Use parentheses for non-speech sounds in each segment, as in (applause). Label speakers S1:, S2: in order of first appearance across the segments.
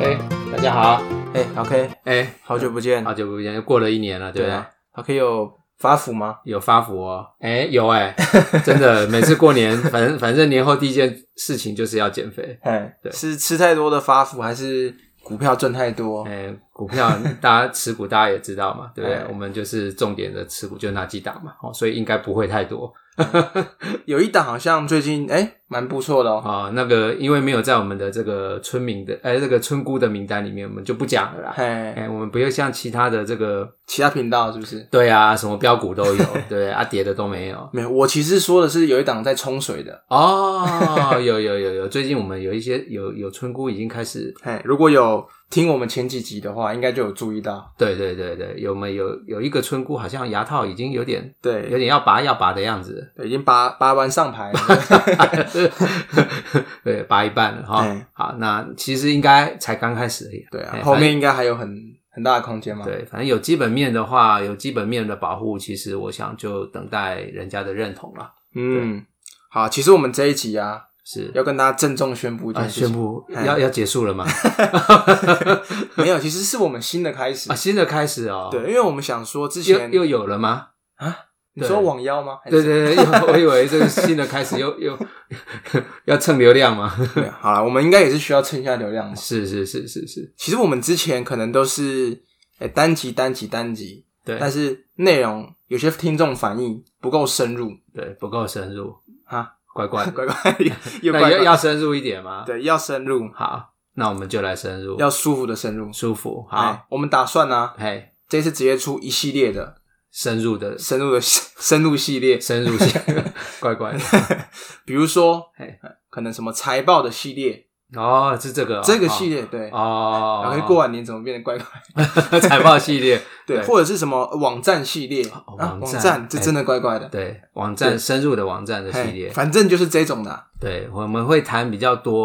S1: 哎，大家好，
S2: 哎、老 K，
S1: 哎，
S2: 好久不见
S1: 好。久不见，又过了一年了，对不对？
S2: 啊，老 K 有发福吗？
S1: 有发福哦，哎，有哎，真的，每次过年，反正反正年后第一件事情就是要减肥。
S2: 哎
S1: 对，
S2: 是吃太多的发福，还是股票赚太多？
S1: 哎，股票大家持股，大家也知道嘛，对不对
S2: 哎？
S1: 我们就是重点的持股就那几档嘛，哦，所以应该不会太多
S2: 有一档好像最近哎蛮、不错的哦。
S1: 啊、那个因为没有在我们的这个村民的，哎，这个村姑的名单里面，我们就不讲了啦。
S2: 哎，
S1: 哎，我们不要像其他的这个，
S2: 其他频道是不是？
S1: 对啊，什么标股都有，对不对啊，跌的都没有。
S2: 没有，我其实说的是有一档在冲水的。
S1: 哦，有有有有，最近我们有一些有有村姑已经开始，
S2: 哎，如果有听我们前几集的话，应该就有注意到。
S1: 对对对对，有没有有一个村姑好像牙套已经有点有
S2: 对，
S1: 点要拔要拔的样子， (laughs)
S2: 对已经拔拔完上牌了。
S1: 对，拔一半了哈
S2: 对。
S1: 好，那其实应该才刚开始而已。
S2: 对啊
S1: 哎，
S2: 后面应该还有很很大的空间嘛。
S1: 对，反正有基本面的话，有基本面的保护，其实我想就等待人家的认同了。
S2: 嗯，好，其实我们这一集啊，
S1: 是
S2: 要跟大家郑重宣布一
S1: 啊，
S2: 件事
S1: 宣
S2: 情。
S1: 布
S2: 哎
S1: 要要结束
S2: (laughs)
S1: 了吗？
S2: 没有，其实是我们新的开始
S1: 啊，。新的开始哦。
S2: 对，，因为我们想说之
S1: 又
S2: 前
S1: 又有了吗？
S2: 你说网腰吗？还
S1: 对
S2: 是
S1: 对对， (laughs) 又我以为这个新的开始又又 (laughs) 要蹭流量嘛，
S2: 对好了，我们应该也是需要蹭一下流量嘛。
S1: 是是是是是，
S2: 其实我们之前可能都是哎单集单集单集，
S1: 对
S2: 但是内容有些听众反应不够深入
S1: 对，不够深入
S2: 啊，
S1: 怪怪
S2: (laughs)
S1: 的，
S2: 乖乖又
S1: 那
S2: 乖
S1: 要
S2: 乖
S1: 要深入一点吗？，
S2: 对要深入，
S1: 好，那我们就来深入，
S2: 要舒服的深入。
S1: 舒服，
S2: 哎
S1: 好，，
S2: 我们打算呢、
S1: 嘿，
S2: 这次直接出一系列的
S1: 深入的
S2: 深入的 (laughs) 深入系列， (laughs)
S1: 深入性，怪怪的，
S2: 比如说
S1: 嘿
S2: 可能什么财报的系列，
S1: 哦，是这个哦
S2: 这个系列对。
S1: 哦，
S2: 然后过完年怎么变得乖乖？
S1: 过 (laughs) 财报系
S2: (laughs)
S1: 列，
S2: 对，
S1: 对
S2: 或者是什么呃网站系列啊
S1: 哦，网
S2: 网
S1: 站
S2: 站这真的怪怪的。
S1: 对，网站
S2: 对
S1: 深入的网站的系
S2: 嘿
S1: 列，
S2: 反正就是这种的啊、
S1: 对，我们会谈比较多，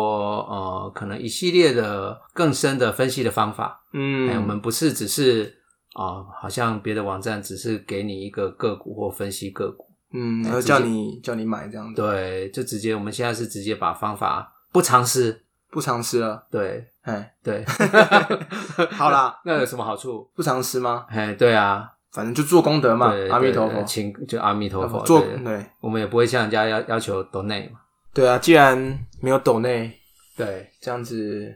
S1: 呃，可能一系列的更深的分析的方法。
S2: 嗯
S1: 哎、我们不是只是啊、哦好像别的网站只是给你一个个股或分析个股，
S2: 嗯，
S1: 哎
S2: 然后
S1: 直
S2: 叫
S1: 接
S2: 你叫你买这样子，
S1: 对，就直接我们现在是直接把方法不尝试，
S2: 不尝试了。
S1: 对
S2: 哎，
S1: 对，
S2: 好啦，
S1: 那有什么好处？
S2: 不尝试吗？
S1: 哎，对啊，
S2: 反正就做功德嘛
S1: 对，
S2: 阿弥陀
S1: 对
S2: 佛。
S1: 请就阿弥陀佛，
S2: 做
S1: 对
S2: 对
S1: 我们也不会向人家要要求 donate 嘛，
S2: 对啊，既然没有抖内
S1: 对，
S2: 这样子，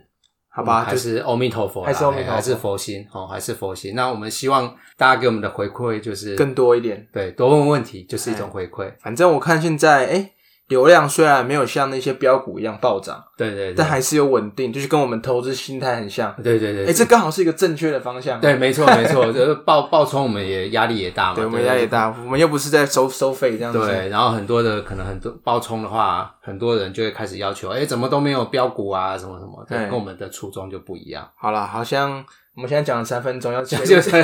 S2: 好
S1: 好
S2: 吧，
S1: 还
S2: 就
S1: 是
S2: 是
S1: 阿弥陀佛啦，
S2: 还是阿弥陀佛
S1: 哎还是佛心哦，还是佛心。那我们希望大家给我们的回馈就是
S2: 更多一点。
S1: 对，多问问题就是一种回馈，
S2: 反正我看现在，哎，流量虽然没有像那些标股一样暴涨，
S1: 对对对，
S2: 但还是有稳定，就是跟我们投资心态很像。
S1: 对对对，
S2: 哎，这刚好是一个正确的方
S1: (laughs)
S2: 向。啊
S1: 对，没错，没错，就是爆爆冲，我们也压力也大嘛，
S2: 对，我们
S1: 不
S2: 压力。大，我们又不是在收收费这样子。
S1: 对，然后很多的可能很多爆冲的话，很多人就会开始要求，哎，怎么都没有标股啊，什么什么，对，
S2: 哎
S1: 跟我们的初衷就不一样，
S2: 好了，好像我们现在讲了三分钟，要切入
S1: 就是
S2: (laughs)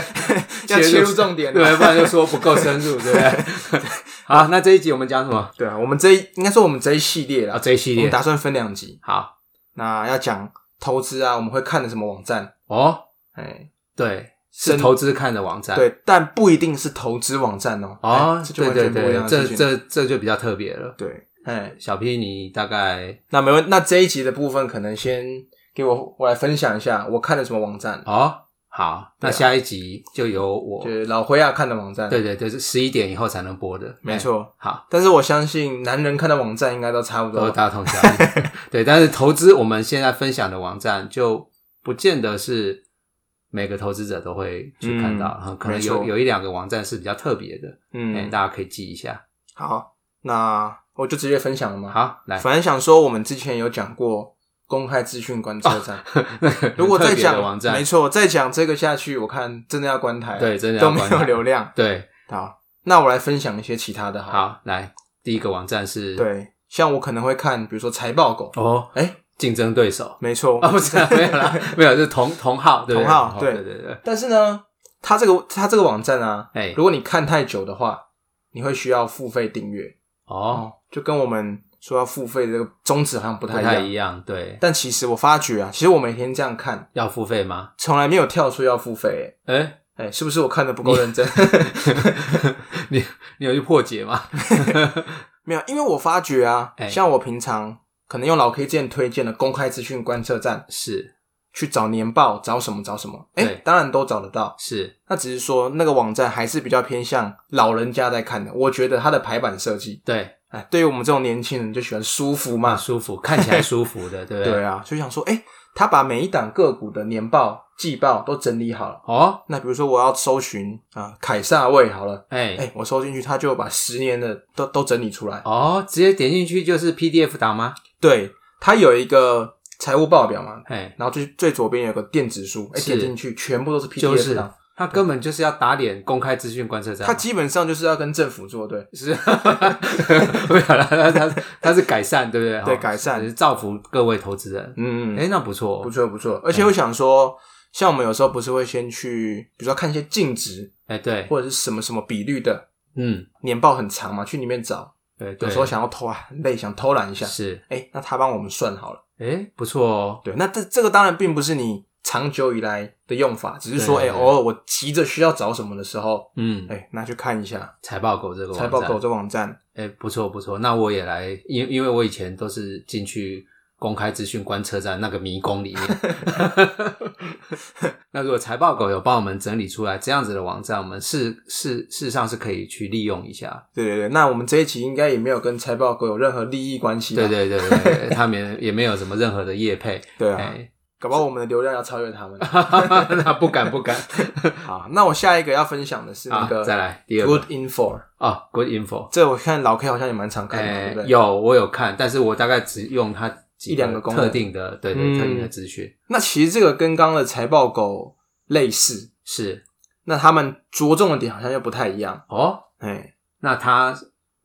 S2: 要切入重点了啊
S1: 对，不然就说不够深入，对不对？ (laughs) 好，那这一集我们讲什么
S2: (laughs) 对啊，我们这一应该说我们这一系列
S1: 啊？
S2: 啦，
S1: 这一系
S2: 我
S1: 列
S2: 们打算分两集。
S1: 好
S2: 那要讲投资啊，我们会看的什么网站？
S1: 哦，
S2: 哎，
S1: 对，是
S2: 深
S1: 投资看的网站，
S2: 对，但不一定是投资网站哦。
S1: 哦
S2: 哎，这就
S1: 对对
S2: 完全不一
S1: 对
S2: 样，的
S1: 这
S2: 事情。
S1: 这这就比较特别了。
S2: 对，哎，
S1: 小 P，你大概
S2: 那没问，那这一集的部分可能先给我我来分享一下我看的什么网站，
S1: 哦好，那
S2: 对啊
S1: 下一集就由我
S2: 就是老灰亚啊看的网站。
S1: 对，对对，是十一点以后才能播的，
S2: 没
S1: 哎。
S2: 错。
S1: 好，
S2: 但是我相信男人看的网站应该都差不
S1: 都
S2: 多。
S1: 大同小
S2: (laughs)
S1: 异。对，但是投资我们现在分享的网站就不见得是每个投资者都会去看到，
S2: 嗯
S1: 可能
S2: 没
S1: 有
S2: 错
S1: 有一两个网站是比较特别的，哎、
S2: 嗯，
S1: 大家可以记一下。
S2: 好，那我就直接分享了吗？
S1: 好，来，
S2: 反正想说，我们之前有讲过公开资讯观测站，如果
S1: 哦很特
S2: 再
S1: 别
S2: 讲
S1: 的网站
S2: 没，错，再讲这个下去，我看真的要关台，
S1: 对，真的要
S2: 都没
S1: 观察
S2: 有流量。
S1: 对，
S2: 好，那我来分享一些其他的好了，
S1: 好，来，第一个网站是
S2: 对，像我可能会看，比如说财报狗，
S1: 哦，
S2: 哎，
S1: 竞争对手
S2: 没错
S1: 哦，，不
S2: (laughs)
S1: 是啊、没有啦，没有是同同号，对不对哦
S2: 同号
S1: 对
S2: 对哦
S1: 对对，
S2: 但是呢，它这个它这个网站啊，
S1: 哎
S2: 如果你看太久的话，你会需要付费订阅
S1: 哦，，
S2: 就跟我们说要付费的这个宗旨好像不
S1: 不
S2: 太
S1: 太
S2: 一
S1: 一
S2: 样。
S1: 样，对，
S2: 但其实我发觉啊，其实我每天这样看，
S1: 要付费吗？
S2: 从来没有跳出要付费、欸
S1: 哎、
S2: 哎、是不是我看的不够认真？
S1: (laughs) 你你有去破解吗？
S2: (laughs) 没有，因为我发觉啊，
S1: 哎
S2: 像我平常可能用老 K 之前推荐的公开资讯观测站，
S1: 是
S2: 去找年报，找什么找什么，哎
S1: 对，
S2: 当然都找得到。
S1: 是
S2: 那只是说那个网站还是比较偏向老人家在看的，我觉得它的排版设计，
S1: 对，啊
S2: 哎，对于我们这种年轻人就喜欢舒服嘛，
S1: 舒服，看起来舒服的，对不对？
S2: 对啊，所以想说，哎，他把每一档个股的年报、季报都整理好了。
S1: 哦，
S2: 那比如说我要搜寻啊凯撒位好了，
S1: 哎、
S2: 哎，我搜进去，他就把十年的都都整理出来。
S1: 哦，直接点进去就是 PDF 档吗？
S2: 对，它有一个财务报表嘛，
S1: 哎，
S2: 然后最最左边有个电子书，哎，
S1: 是
S2: 点进去全部都是 PDF
S1: 就是
S2: 档
S1: 他根本就是要打脸公开资讯观测站
S2: 它
S1: 嘛。
S2: 基本上就是要跟政府作对，
S1: 是， (laughs) 不晓得他他他是改善，对不对？
S2: 对
S1: 哦
S2: 改善
S1: 是造福各位投资人。
S2: 嗯，
S1: 哎，那不错，
S2: 不错不错。而且我想说，像我们有时候不是会先去，比如说看一些净值
S1: 哎，对，
S2: 或者是什么什么比率的
S1: 嗯，
S2: 年报很长嘛，去里面找。
S1: 对，对
S2: 有时候想要偷啊，很累，想偷懒一下，
S1: 是，
S2: 哎，那他帮我们算好了。
S1: 哎，不错哦，
S2: 对，那这这个当然并不是你长久以来的用法，只是说，哎，
S1: 对对
S2: 偶尔我急着需要找什么的时候，
S1: 嗯，
S2: 哎，那去看一下
S1: 财报狗这个网
S2: 财
S1: 站
S2: 报狗，这网站。
S1: 哎，不错不错，那我也来，因因为我以前都是进去公开资讯观测站那个迷宫
S2: (laughs)
S1: 里面。那如果财报狗有帮我们整理出来这样子的网站，我们事事事实上是可以去利用一下。
S2: 对对对，那我们这一期应该也没有跟财报狗有任何利益关系吧，啊
S1: 对对对对对，他们也没有什么任何的业配，
S2: (laughs) 对啊，
S1: 哎， (laughs)
S2: 搞不好我们的流量要超越他们。
S1: 那不敢不敢。
S2: 好，那我下一个要分享的是那
S1: 啊
S2: 个、
S1: 再来第二个
S2: Good Info，
S1: 啊，Good Info，
S2: 这我看老 K 好像也蛮常看的，
S1: 哎
S2: 对不，对？
S1: 有我有看，但是我大概只用它几
S2: 一两个功能
S1: 特定的，对
S2: 嗯
S1: 对，特定的资讯
S2: 那其实这个跟刚刚的财报狗类似，
S1: 是
S2: 那他们着重的点好像又不太一样。
S1: 哦。
S2: 哎，
S1: 那它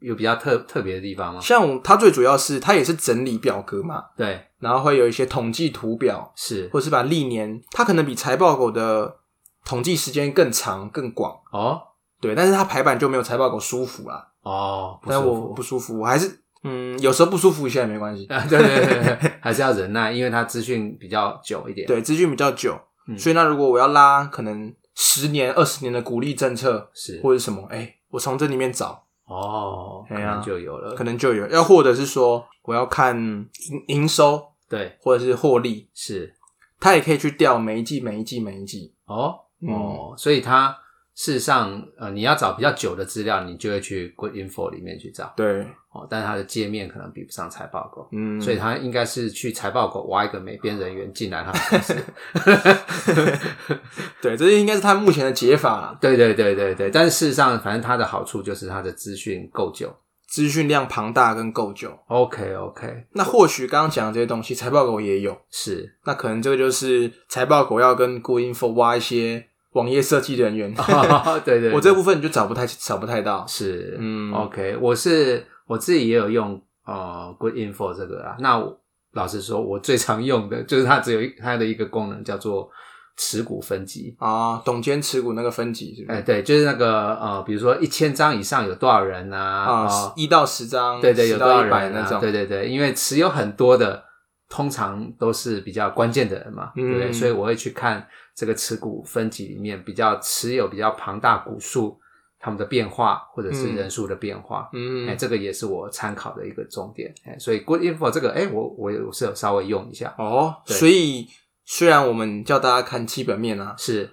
S1: 有比较特特别的地方吗？
S2: 像它最主要是它也是整理表格嘛，
S1: 对，
S2: 然后会有一些统计图表，
S1: 是
S2: 或者是把历年，它可能比财报狗的统计时间更长更广，
S1: 哦
S2: 对，但是它排版就没有财报狗舒服啦。
S1: 哦，不
S2: 但
S1: 舒
S2: 我
S1: 服 (laughs)
S2: 不舒服，我还是嗯，有时候不舒服一下也没关系。
S1: 啊，对对对对，还是要忍耐，因为它资讯比较久一点。，
S2: 对，资讯比较久，
S1: 嗯
S2: 所以那如果我要拉可能十年、二十年的鼓励政策
S1: 是
S2: 或者什么，哎、我从这里面找，
S1: 哦，可
S2: 哎呀
S1: 能就有了
S2: 可。能就有。要或者是说，我要看营营收
S1: 对，
S2: 或者是获利，
S1: 是
S2: 它也可以去调每一季、每一季、每一季。
S1: 哦
S2: 嗯
S1: 哦，所以它事实上呃，你要找比较久的资料，你就会去 Good Info 里面去找
S2: 对，
S1: 哦，但是它的界面可能比不上财报狗。
S2: 嗯，
S1: 所以他应该是去财报狗挖一个美编人员进来他们公司。
S2: (laughs) 对，这应该是它目前的解法啦，
S1: 对对对对对，但是事实上，反正它的好处就是它的资讯够久。
S2: 资讯量庞大跟够久。
S1: OK OK，
S2: 那或许刚刚讲的这些东西，财报狗也有，
S1: 是 (laughs)
S2: 那可能这个就是财报狗要跟 Good Info 挖一些网页设计
S1: (laughs)
S2: 人员。
S1: 对对对，哦
S2: 我这部分你就找不太找不太到。
S1: 是
S2: 嗯
S1: OK，我是我自己也有用呃 Good Info 这个啊。那我老实说，我最常用的就是它只有一它的一个功能叫做持股分级。
S2: 啊，董监持股那个分级是不
S1: 哎，
S2: 是？
S1: 对，就是那个呃，比如说一千张以上有多少人啊？
S2: 啊
S1: 哦，
S2: 一到十张，
S1: 对对，有
S2: 10
S1: 多少
S2: 到一
S1: 人
S2: 百
S1: 啊
S2: 那种。
S1: 对对对，因为持有很多的，通常都是比较关键的人嘛，
S2: 嗯
S1: 对不对？所以我会去看这个持股分级里面比较持有比较庞大股数他们的变化，或者是
S2: 嗯
S1: 人数的变化。哎，
S2: 嗯，
S1: 这个也是我参考的一个重点。哎，所以 Good Info 这个，哎，我我我是有稍微用一下，
S2: 哦，
S1: 对
S2: 所以虽然我们叫大家看基本面啊，
S1: 是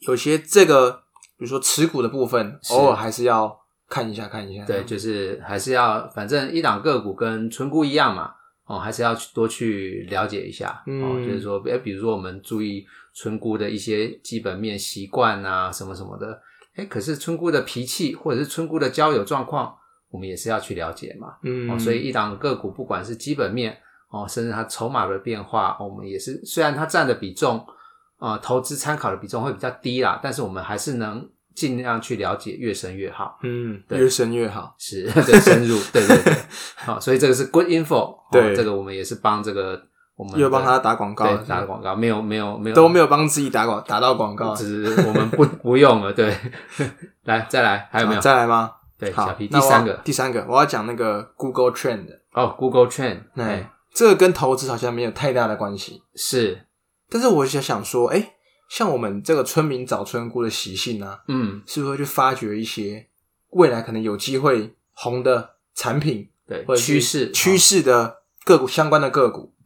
S2: 有些这个比如说持股的部分，
S1: 是
S2: 偶尔还是要看一下看一下。
S1: 对，就是还是要，反正一档个股跟存股一样嘛，哦，还是要去多去了解一下，哦，
S2: 嗯
S1: 就是说，哎，比如说我们注意存股的一些基本面、习惯啊，什么什么的，哎，可是村姑的脾气或者是村姑的交友状况，我们也是要去了解嘛，
S2: 嗯，
S1: 哦，所以一档个股不管是基本面哦，甚至它筹码的变化，我们也是虽然它占的比重，呃，投资参考的比重会比较低啦，但是我们还是能尽量去了解，越深越好。
S2: 嗯，
S1: 对
S2: 越深越好。
S1: 是 (laughs) 对深入，对对
S2: (laughs)
S1: 对，好、所以这个是 good info，、哦、
S2: 对
S1: 这个我们也是帮这个我们的
S2: 又帮他打广告了
S1: 对打广告，没哦有没有没有
S2: 都没有帮自己打广打到广告，
S1: 只是我们不不用了，
S2: (laughs)
S1: 对，来再来还有没有？
S2: 啊再来吗？
S1: 对，
S2: 好
S1: 小，皮
S2: 那
S1: 第
S2: 我要
S1: 三个
S2: 第三个，我要讲那个 Google Trend 的。
S1: 哦，Google Trend，哎、
S2: 哎，这个跟投资好像没有太大的关系。
S1: 是，
S2: 但是我想想说，哎、像我们这个村民找村姑的习性啊，
S1: 嗯，
S2: 是不是会去发掘一些未来可能有机会红的产品
S1: 对
S2: 或，者是
S1: 趋势
S2: 趋
S1: 势、
S2: 势的个股相关的个股？哎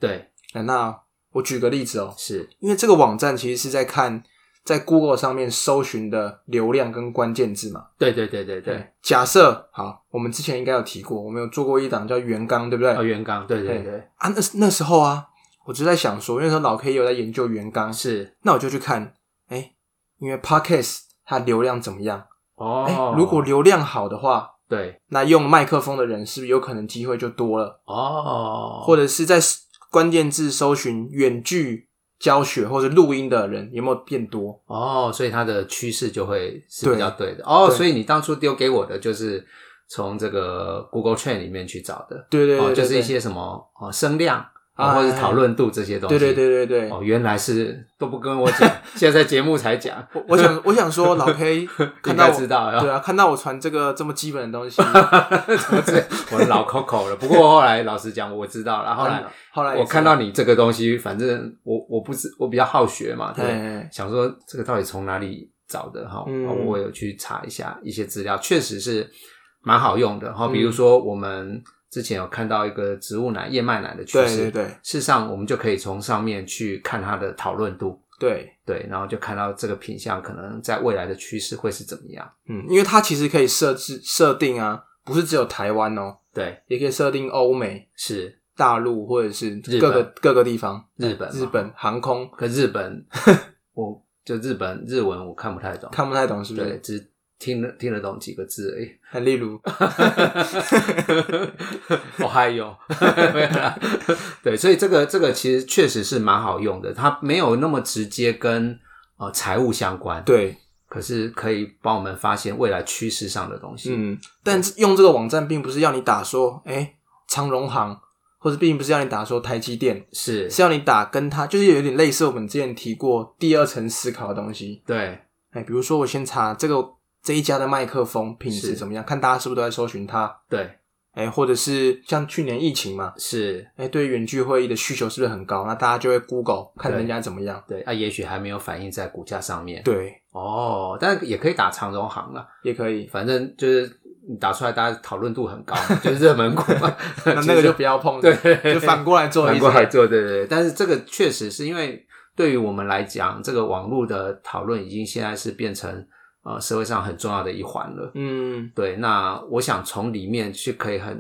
S1: 对，
S2: 那我举个例子哦，
S1: 是
S2: 因为这个网站其实是在看在 Google 上面搜寻的流量跟关键字嘛。
S1: 对对对对对，，
S2: 假设好，我们之前应该有提过，我们有做过一档叫原缸，对不对？
S1: 哦，袁刚，对对对，
S2: 啊，那那时候啊，我就在想说，因为那时候老 K 也有在研究原缸，
S1: 是
S2: 那我就去看，哎、因为 Podcast 它流量怎么样？哎、
S1: 哦。
S2: 如果流量好的话，
S1: 对
S2: 那用麦克风的人是不是有可能机会就多了？
S1: 哦，
S2: 或者是在关键字搜寻远距教学或者录音的人有没有变多？
S1: 哦，所以它的趋势就会是
S2: 对
S1: 比较对的哦。
S2: 对
S1: 所以你当初丢给我的就是从这个 Google Trend 里面去找的，
S2: 对对对
S1: 哦，就是一
S2: 对
S1: 些什么哦声量
S2: 啊
S1: 啊，或者是讨论度这些东西。
S2: 对对对对对。
S1: 哦，原来是都不跟我
S2: (laughs)
S1: 讲，现在在节目才讲。
S2: 我
S1: (laughs)
S2: 我想，我想说，老 K 看
S1: 应
S2: 到
S1: 该
S2: 我
S1: 知 (laughs) 道，哦
S2: 对
S1: 然
S2: 啊，看到我传这个这么基
S1: (laughs)
S2: 本的东西，
S1: 后这我老 Coco 了。不过后来老实讲，我知道了。后来
S2: 嗯后来
S1: 我看到
S2: 到，
S1: 你这个东西，反正我我不知我比较好学嘛，对不对，
S2: 哎，
S1: 想说这个到底从哪里找的哈、
S2: 嗯
S1: 哦我有去查一下一些资料，确实是蛮好用的哈、
S2: 嗯
S1: 比如说我们之前有看到一个植物奶、燕麦奶的趋
S2: 对
S1: 势，
S2: 对对
S1: 事实上我们就可以从上面去看它的讨论度，
S2: 对，
S1: 对，然后就看到这个品相可能在未来的趋势会是怎么样，
S2: 嗯，因为它其实可以设置设定啊，不是只有台湾哦，
S1: 对，
S2: 也可以设定欧美、
S1: 是
S2: 大陆或者是
S1: 日本
S2: 各个各个地方，
S1: 日本嘛哦
S2: 日本航空
S1: 可日本我就日本日文我看不太懂，
S2: 看不太懂，是不
S1: 对，
S2: 是？
S1: 只听得听得懂几个字而已。
S2: 那例如，
S1: (laughs) 我哦还有，没有啦对，所以这个这个其实确实是蛮好用的，它没有那么直接跟呃财务相关，，
S2: 对，
S1: 可是可以帮我们发现未来趋势上的东西。
S2: 嗯，但是用这个网站并不是要你打说，哎、长荣航，或者并不是要你打说台积电，
S1: 是，
S2: 是要你打跟它就是有点类似我们之前提过第二层思考的东西。
S1: 对，
S2: 哎、比如说我先查这个这一家的麦克风品质
S1: 是
S2: 怎么样，看大家是不是都在搜寻它。
S1: 对，
S2: 哎、或者是像去年疫情嘛，
S1: 是，
S2: 哎、对远距会议的需求是不是很高？那大家就会 Google 看人家怎么样。
S1: 对，啊，也许还没有反映在股价上面。，
S2: 对，
S1: 哦，但也可以打长荣行了，
S2: 也
S1: (laughs)
S2: 可以。。
S1: 反正就是你打出来，大家讨论度很高，就是热门股嘛
S2: (laughs) 那
S1: (laughs)
S2: 那个就不要碰，
S1: 对 (laughs)
S2: 就反过来做一
S1: 反
S2: 次。
S1: 过来做，对对对。但是这个确实是因为对于我们来讲，这个网络的讨论已经现在是变成呃社会上很重要的一环了。
S2: 嗯，
S1: 对，那我想从里面去可以很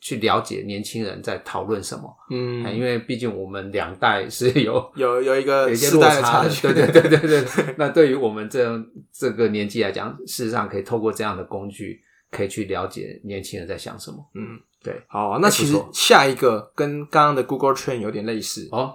S1: 去了解年轻人在讨论什么，哎
S2: 嗯，
S1: 因为毕竟我们两代是有。
S2: 有有一
S1: (laughs) 有
S2: 个
S1: 一些
S2: 世
S1: 落
S2: 代的
S1: 差
S2: 差
S1: 的，
S2: 距，
S1: 对 (laughs) 对对对对。对 (laughs) 那对于我们这样这个年纪来讲，事实上可以透过这样的工具，可以去了解年轻人在想什么。
S2: 嗯，
S1: 对。
S2: 好，那
S1: 还不
S2: 其实
S1: 错
S2: 下一个跟刚刚的 Google Trend 有点类似，
S1: 哦，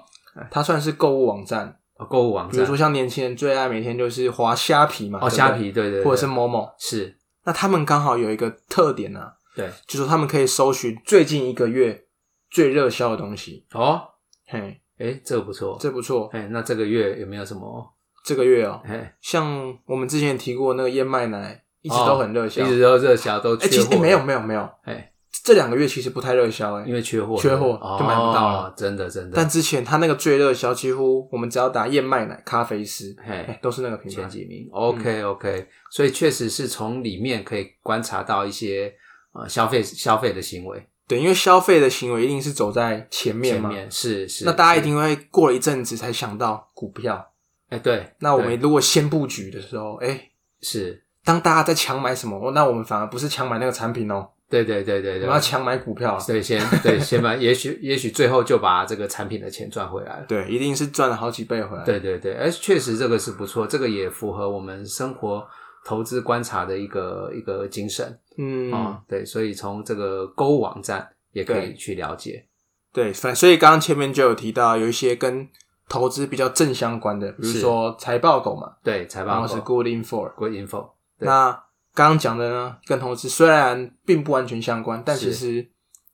S2: 它算是购物网站，
S1: 购物网
S2: 比如
S1: 站
S2: 说，像年轻人最爱每天就是滑虾皮嘛，
S1: 哦，
S2: 对不对
S1: 虾皮，对对对，
S2: 或者是
S1: 对
S2: 某某，
S1: 是，
S2: 那他们刚好有一个特点呢、啊，
S1: 对，
S2: 就是他们可以搜寻最近一个月最热销的东西，
S1: 哦，
S2: 嘿，
S1: 哎，这个不错。
S2: 这不错，
S1: 哎，那这个月有没有什么？
S2: 这个月哦，
S1: 哎，
S2: 像我们之前也提过那个燕麦奶，一直都很热销，
S1: 哦一直都热销，都
S2: 哎、
S1: 缺
S2: 其实、
S1: 货。
S2: 哎没有，没有没有，
S1: 哎，
S2: 这两个月其实不太热销、哎，
S1: 因为缺货，
S2: 缺货
S1: 哦
S2: 就买不到了
S1: 真的真的。
S2: 但之前它那个最热销，几乎我们只要打燕麦奶、咖啡师，哎
S1: 哎，，
S2: 都是那个品
S1: 前
S2: 牌。
S1: 几名，OK OK，所以确实是从里面可以观察到一些呃消费消费的行为。
S2: 对，因为消费的行为一定是走在前面
S1: 前
S2: 嘛，
S1: 面是是，
S2: 那大家
S1: 是
S2: 一定会过了一阵子才想到股票。
S1: 哎对，
S2: 那我们
S1: 对
S2: 如果先布局的时候，哎、
S1: 是。
S2: 当大家在强买什么，哦那我们反而不是强买那个产品哦，
S1: 对对对对对，
S2: 我们要强买股票啊。
S1: 对先对先把，也许也许最后就把这个产品的钱赚回来了。
S2: 对，一定是赚了好几倍回来。
S1: 对对对，哎，确实这个是不错，这个也符合我们生活投资观察的一个一个精神
S2: 嗯，
S1: 啊、对，所以从这个购物网站也可
S2: 对
S1: 以去了解。
S2: 对，反所以刚刚前面就有提到，有一些跟投资比较正相关的，比如
S1: 是
S2: 说财报狗嘛，
S1: 对，财
S2: 然
S1: 报
S2: 后是
S1: 狗
S2: Good Info。
S1: Good Info，对
S2: 那刚刚讲的呢，跟投资虽然并不完全相关，但其
S1: 是
S2: 实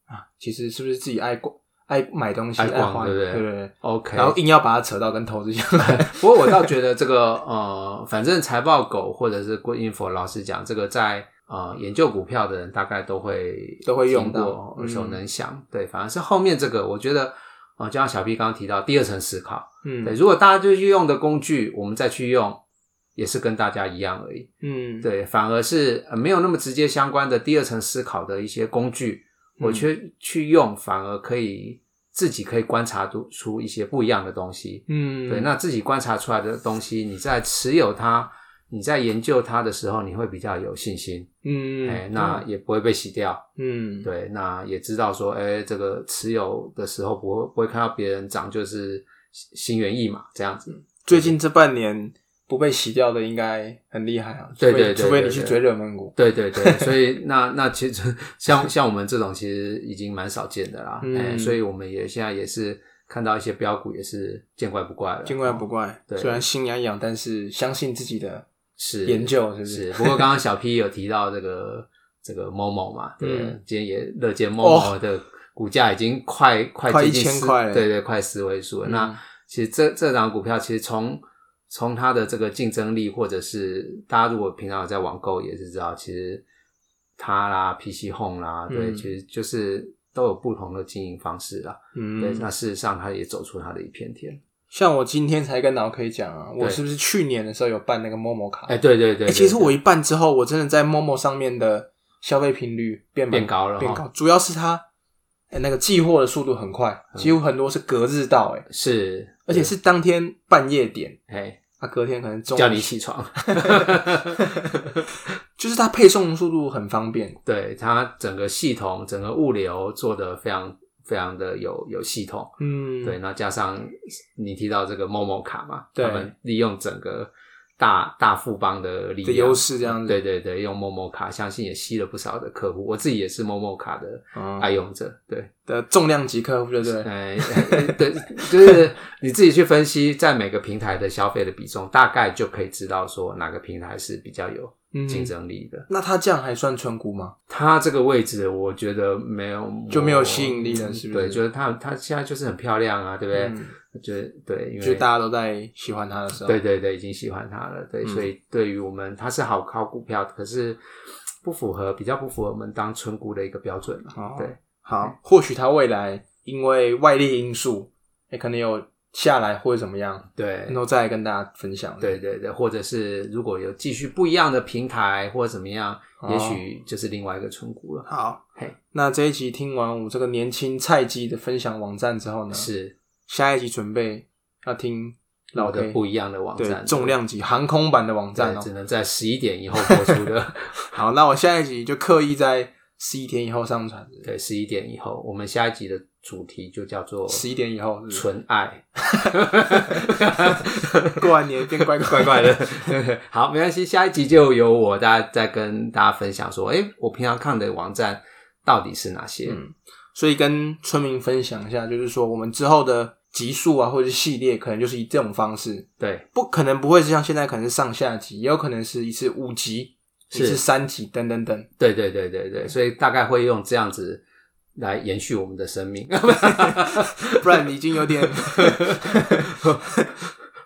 S2: 啊，其实是不是自己爱逛、爱买东西、
S1: 爱
S2: 爱
S1: 逛
S2: 花，
S1: 对不对
S2: 对对。
S1: OK。
S2: 然后硬要把它扯到跟投资相关，
S1: 不过我倒觉得这个呃，反正财报狗或者是 Good Info，老实讲，这个在呃研究股票的人大概都会
S2: 都会用
S1: 听
S2: 到
S1: 过
S2: 嗯
S1: 耳熟能详。对，反而是后面这个，我觉得呃，就像小 P 刚刚提到第二层思考。对，
S2: 嗯
S1: 如果大家就去用的工具，我们再去用，也是跟大家一样而已。
S2: 嗯，
S1: 对，反而是、呃没有那么直接相关的第二层思考的一些工具，我
S2: 嗯
S1: 却去用，反而可以自己可以观察出出一些不一样的东西。
S2: 嗯，
S1: 对，那自己观察出来的东西，你在持有它，你在研究它的时候，你会比较有信心，
S2: 嗯，
S1: 哎、那也不会被洗掉。
S2: 嗯，
S1: 对，那也知道说，哎，这个持有的时候不会不会看到别人涨，就是心心猿意马这样子。
S2: 最近这半年不被洗掉的应该很厉害啊，
S1: 对
S2: 除非
S1: 对对
S2: 除非你
S1: 对
S2: 去
S1: 对
S2: 追热门股，
S1: 对对对，
S2: (laughs)
S1: 所以那那其实 (laughs) 像像我们这种其实已经蛮少见的啦，哎、
S2: 嗯
S1: 所以我们也现在也是看到一些标股也是见怪不怪了，
S2: 见怪不
S1: 哦
S2: 怪。
S1: 对
S2: 虽然心痒痒，但是相信自己的
S1: 是
S2: 研究，是不
S1: 是，不过刚刚小 P 有提到这个 (laughs) 这个某某嘛，对不对，
S2: 嗯哦
S1: 今天也乐见某某的股价已经快、快
S2: 快
S1: 接近
S2: 1000
S1: 四
S2: 块了
S1: 对对，快四位数了。
S2: 嗯
S1: 那其实这这档股票其实从从它的这个竞争力，或者是大家如果平常有在网购也是知道，其实它啦、PC Home 啦，对，
S2: 嗯
S1: 其实就是都有不同的经营方式啦。对，
S2: 嗯，
S1: 那事实上它也走出它的一片天。
S2: 像我今天才跟老 K 讲啊，我
S1: 对
S2: 是不是去年的时候有办那个 Momo 卡？
S1: 哎，对对对
S2: 欸其实
S1: 对
S2: 我一办之后，我真的在 Momo 上面的消费频率变蛮
S1: 变高了
S2: 变
S1: 哈
S2: 高，主要是它、欸、那个寄货的速度很快，
S1: 嗯
S2: 几乎很多是隔日到、欸，
S1: 是，
S2: 而且是当天半夜点，
S1: 哎，
S2: 啊，隔天可能中午
S1: 叫你起床。
S2: (laughs) 就是它配送速度很方便，
S1: 对它整个系统、整个物流做得非常非常的有有系统。
S2: 嗯，
S1: 对，，那加上你提到这个 Momo 卡嘛，
S2: 对
S1: 他们利用整个大大富邦的力
S2: 的
S1: 量
S2: 优势这样子，
S1: 对对对，用 Momo 卡，相信也吸了不少的客户。我自己也是 Momo 卡的
S2: 嗯
S1: 爱用者，对，
S2: 的重量级客户，对不对？
S1: 哎，哎对， (laughs) 就是你自己去分析，在每个平台的消费的比重，大概就可以知道说哪个平台是比较有
S2: 嗯
S1: 竞争力的。
S2: 那它这样还算纯股吗？
S1: 它这个位置，我觉得没有嗯
S2: 就没有吸引力了是不是
S1: 对，就是它它现在就是很漂亮啊，对不对？
S2: 嗯
S1: 我觉得对，因
S2: 就
S1: 为
S2: 大家都在喜欢它的时候，
S1: 对，对对，已经喜欢它了，对，
S2: 嗯
S1: 所以对于我们它是好好股票，可是不符合比较不符合我们当纯股的一个标准了。
S2: 好，
S1: 对，
S2: 好，哦或许它未来因为外力因素，也、可能有下来或者怎么样，
S1: 对
S2: 然后再来跟大家分享。，
S1: 对对对，或者是如果有继续不一样的平台或者怎么样，
S2: 哦
S1: 也许就是另外一个纯股了。
S2: 好
S1: 嘿，
S2: 那这一集听完我这个年轻菜鸡的分享网站之后呢，
S1: 是
S2: 下一集准备要听老
S1: 我的
S2: K
S1: 不一样的网
S2: 对
S1: 站，
S2: 重量级航空版的网站
S1: 对，
S2: 哦、
S1: 只能在十一点以后播出的。
S2: 好，那我下一集就刻意在十一天以后上传，
S1: 对，十一点以后，我们下一集的主题就叫做
S2: 十一点以后是
S1: 纯爱，
S2: 不是 (laughs) 过完年变乖
S1: 怪
S2: 乖
S1: 怪的。 (laughs) 好，没关系，下一集就由我大家再跟大家分享说，诶，我平常看的网站到底是哪些？
S2: 嗯所以跟村民分享一下，就是说我们之后的集数啊，或者是系列，可能就是以这种方式，
S1: 对，
S2: 不可能不会是像现在可能是上下集，也有可能是一次五集，一
S1: 是
S2: 次三集等等等。 (laughs)
S1: 对对对对对，所以大概会用这样子来延续我们的生命。 (laughs)
S2: 不然你已经有点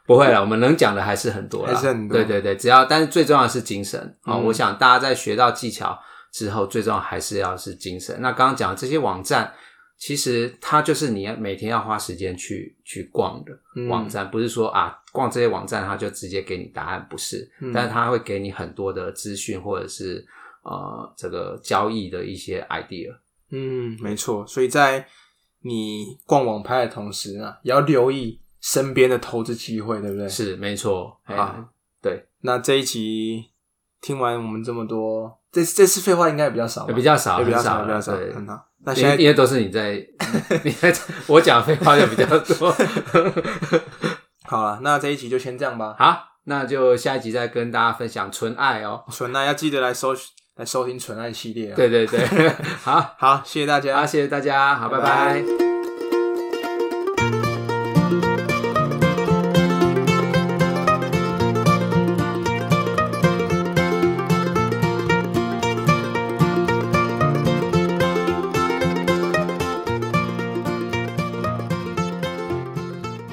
S1: 不会了，我们能讲的还是很多啦，
S2: 还是很多
S1: 对对对，只要但是最重要的是精神啊、哦
S2: 嗯
S1: 我想大家在学到技巧之后，最重要还是要是精神。那刚刚讲的这些网站，其实它就是你要每天要花时间去去逛的
S2: 嗯
S1: 网站，不是说啊逛这些网站它就直接给你答案，不是，
S2: 嗯
S1: 但是它会给你很多的资讯或者是呃这个交易的一些 idea。
S2: 嗯，没错。所以在你逛网拍的同时呢，也要留意身边的投资机会，对不对？。
S1: 是没错，哎
S2: 啊
S1: 对，
S2: 那这一集听完我们这么多，这这次废话应该也比较少吧，
S1: 比较少，
S2: 也比较
S1: 很
S2: 少，
S1: 少
S2: 比较少，
S1: 了对
S2: 很好。那
S1: 因
S2: 现
S1: 为
S2: 在
S1: 因为都是你
S2: (laughs)
S1: 在你在我讲废话就比较多。
S2: 好了，那这一集就先这样吧。
S1: 好，那就下一集再跟大家分享纯爱哦。
S2: 纯爱要记得来收来收听纯爱系列、啊。，
S1: 对对对，好， (laughs)
S2: 好，谢谢大家，
S1: 好，谢谢大家，好，拜
S2: 拜
S1: 拜
S2: 拜